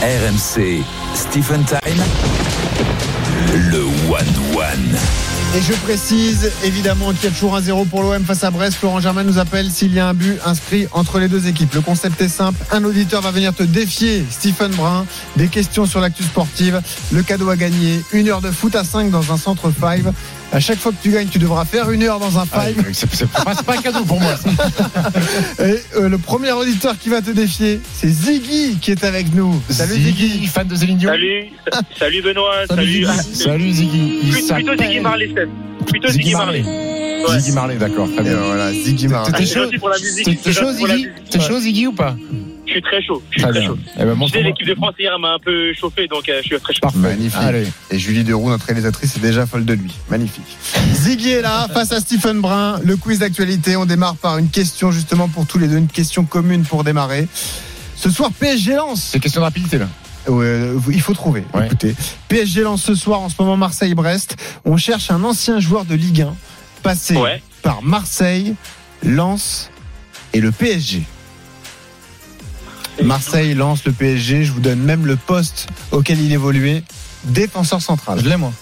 RMC, Stephen Time, le one-one. Et je précise évidemment qu'il y a toujours un 0 pour l'OM face à Brest. Florent Germain nous appelle s'il y a un but inscrit entre les deux équipes. Le concept est simple. Un auditeur va venir te défier, Stephen Brun. Des questions sur l'actu sportive. Le cadeau à gagner. Une heure de foot à 5 dans un centre 5. À chaque fois que tu gagnes, tu devras faire une heure dans un 5. C'est c'est pas, Ah, bah, c'est pas un cadeau pour moi. ça. Et euh, le premier auditeur qui va te défier, c'est Ziggy qui est avec nous. Salut Ziggy. fan de Céline Dion. Salut, salut Benoît, Salut, salut. Ziggy. Salut Ziggy. Il Plut- Plutôt s'appelle Ziggy Marley, Steph. Plutôt Ziggy Marley. Ouais. Ziggy Marley, d'accord, très Et bien. voilà, Ziggy Marin. T'es C'est chaud, gentil pour la musique. T'es- c'est T'es chaud, gentil pour la Ziggy musique. T'es Ouais. chaud, Ziggy, ou pas Je suis très chaud. Je suis Très très bien. chaud. Eh ben, Tu sais, montre-moi. l'équipe de France hier m'a un peu chauffé, donc euh, je suis très chaud. Parfait. Magnifique. Allez. Et Julie Deroux, notre réalisatrice, est déjà folle de lui. Magnifique. Ziggy est là, face à Stephen Brun. Le quiz d'actualité, on démarre par une question justement pour tous les deux, une question commune pour démarrer. Ce soir, PSG lance. C'est question de rapidité, là. il faut trouver. Ouais. Écoutez, PSG lance ce soir, en ce moment Marseille-Brest. On cherche un ancien joueur de Ligue 1 passé Ouais. par Marseille, Lens et le PSG. Marseille lance le PSG. Je vous donne même le poste auquel il évoluait. Défenseur central. l'ai, moi.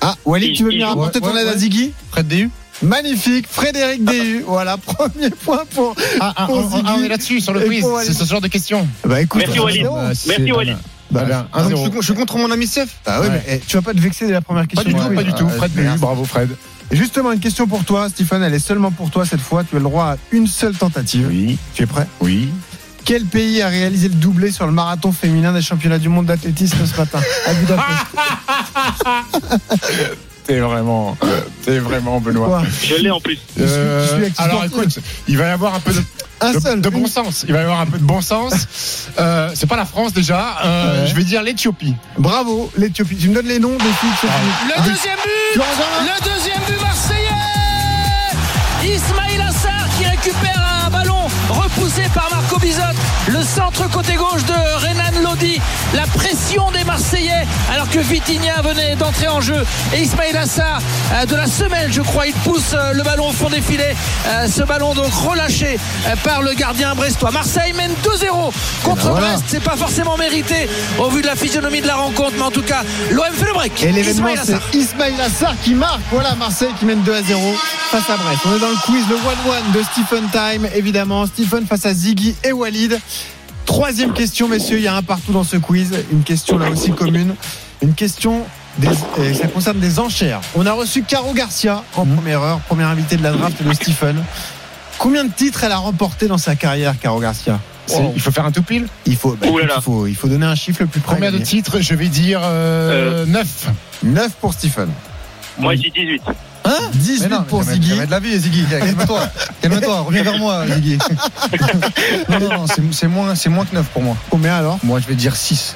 Ah, Walid, Il- tu veux il venir joue. apporter Ouais, ton ouais, aide à ouais. Ziggy Près de DU Magnifique, Frédéric bah. Déhu. Voilà, premier point pour. Ah, ah, Pour on, on- Oh, Ziggy. ah, on est là-dessus, sur le Et quiz. pour aller- C'est ce genre de questions. Ah, Bah écoute, Merci, euh, Walid. zéro. Merci, Walid. Bah, Bah, bien, ah, donc, 1-0. je suis contre mon ami Sef Bah oui, Ouais. mais eh, tu vas pas te vexer dès la première Pas question. du tout, Walid. pas du tout. Ah, Fred hein. merde. DU, bravo Fred. Justement, une question pour toi, Stéphane. Elle est seulement pour toi cette fois. Tu as le droit à une seule tentative. Oui, Tu es prêt oui. Quel pays a réalisé le doublé sur le marathon féminin des championnats du monde d'athlétisme ce matin à Budapest T'es vraiment, euh, t'es vraiment Benoît. Euh, Quoi Je l'ai en plus. Je suis- je suis actif alors sportif. écoute, il va y avoir un peu de Un de, seul. de une- bon sens. Il va y avoir un peu de bon sens. Euh, c'est pas la France déjà. Euh, Ouais. Je vais dire l'Éthiopie. Bravo, l'Éthiopie. Tu me donnes les noms des filles. qui sont venues. Le deuxième but Florent Germain. Le deuxième but marseillais Ismail Assar qui récupère un ballon repoussé par Marco Bizot. Le centre côté gauche de Renan Lodi. La pression des Marseillais alors que Vitinha venait d'entrer en jeu. Et Ismail Assar, euh, de la semelle je crois, il pousse euh, le ballon au fond des filets. Euh, Ce ballon donc relâché euh, par le gardien brestois. Marseille mène 2-0 contre Ben voilà. Brest. C'est pas forcément mérité au vu de la physionomie de la rencontre, mais en tout cas, l'OM fait le break. Et l'événement, Ismail Assar. c'est Ismail Assar qui marque. Voilà, Marseille qui mène 2 à 0 face à Brest. On est dans le quiz, le 1-1 de Stephen Time, évidemment. Stephen face à Ziggy et Walid. Troisième question, messieurs. Il y a un partout dans ce quiz. Une question là aussi commune. Une question. Des, et ça concerne des enchères. On a reçu Caro Garcia en première heure, première invitée de la draft de Stephen. Combien de titres elle a remporté dans sa carrière, Caro Garcia C'est- Il faut faire un tout pile. Il faut, bah, Ouh là là. il faut, il faut donner un chiffre le plus près. Combien de titres Je vais dire euh, 9. 9 pour Stephen. Moi, Mmh. j'ai 18. Hein 18 pour Ziggy. de la vie, Ziggy. Calme-toi. Calme-toi. Reviens vers moi, Ziggy. non, non, non, c'est- c'est moins, c'est moins que 9 pour moi. Combien alors Moi, je vais dire 6.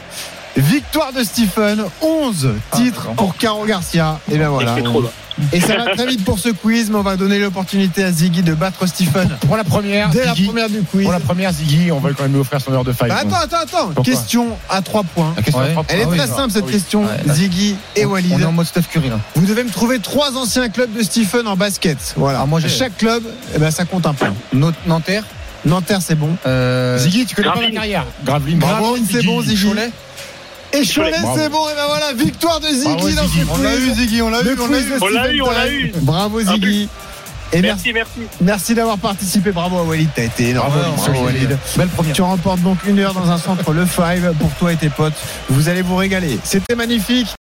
Victoire de Stephen, 11 Ah, titres non. pour Caro Garcia. Et ben voilà. C'est trop là. Et ça va très vite pour ce quiz, mais on va donner l'opportunité à Ziggy de battre Stephen Pour la Ah, première, dès la Ziggy, première du quiz. Oh, Bah, pour la première, Ziggy, on va quand même lui offrir son heure de faille. Attends, attends, attends. Pourquoi question à 3 points. La question Ouais. est propre. Elle est Ah oui, très alors. simple cette Ah oui. question, bah, Ouais, là. Ziggy et Walid. On est en mode Steph Curry, là. Vous devez me trouver trois anciens clubs de Stephen en basket. Voilà. Ah, moi, j'ai- Chaque club, eh ben, ça compte un point. Nantes- Nanterre. Nanterre, c'est bon. Euh, Ziggy, tu connais pas Graveline. la carrière Graveline, Graveline, c'est bon, Ziggy. Et Cholet, Bravo. c'est bon. Et ben voilà, victoire de Ziggy Bravo, dans Ziggy. ce On quiz. Ziggy, on l'a Le quiz de On l'a Stephen eu, on l'a Time. eu. Bravo En Ziggy. Et merci, Merci, merci. merci d'avoir participé. Bravo à Walid, t'as été énorme. Bravo, Bravo, bravo, Walid. Walid. Belle première. Tu remportes donc une heure dans un centre Le Five pour toi et tes potes. Vous allez vous régaler. C'était magnifique.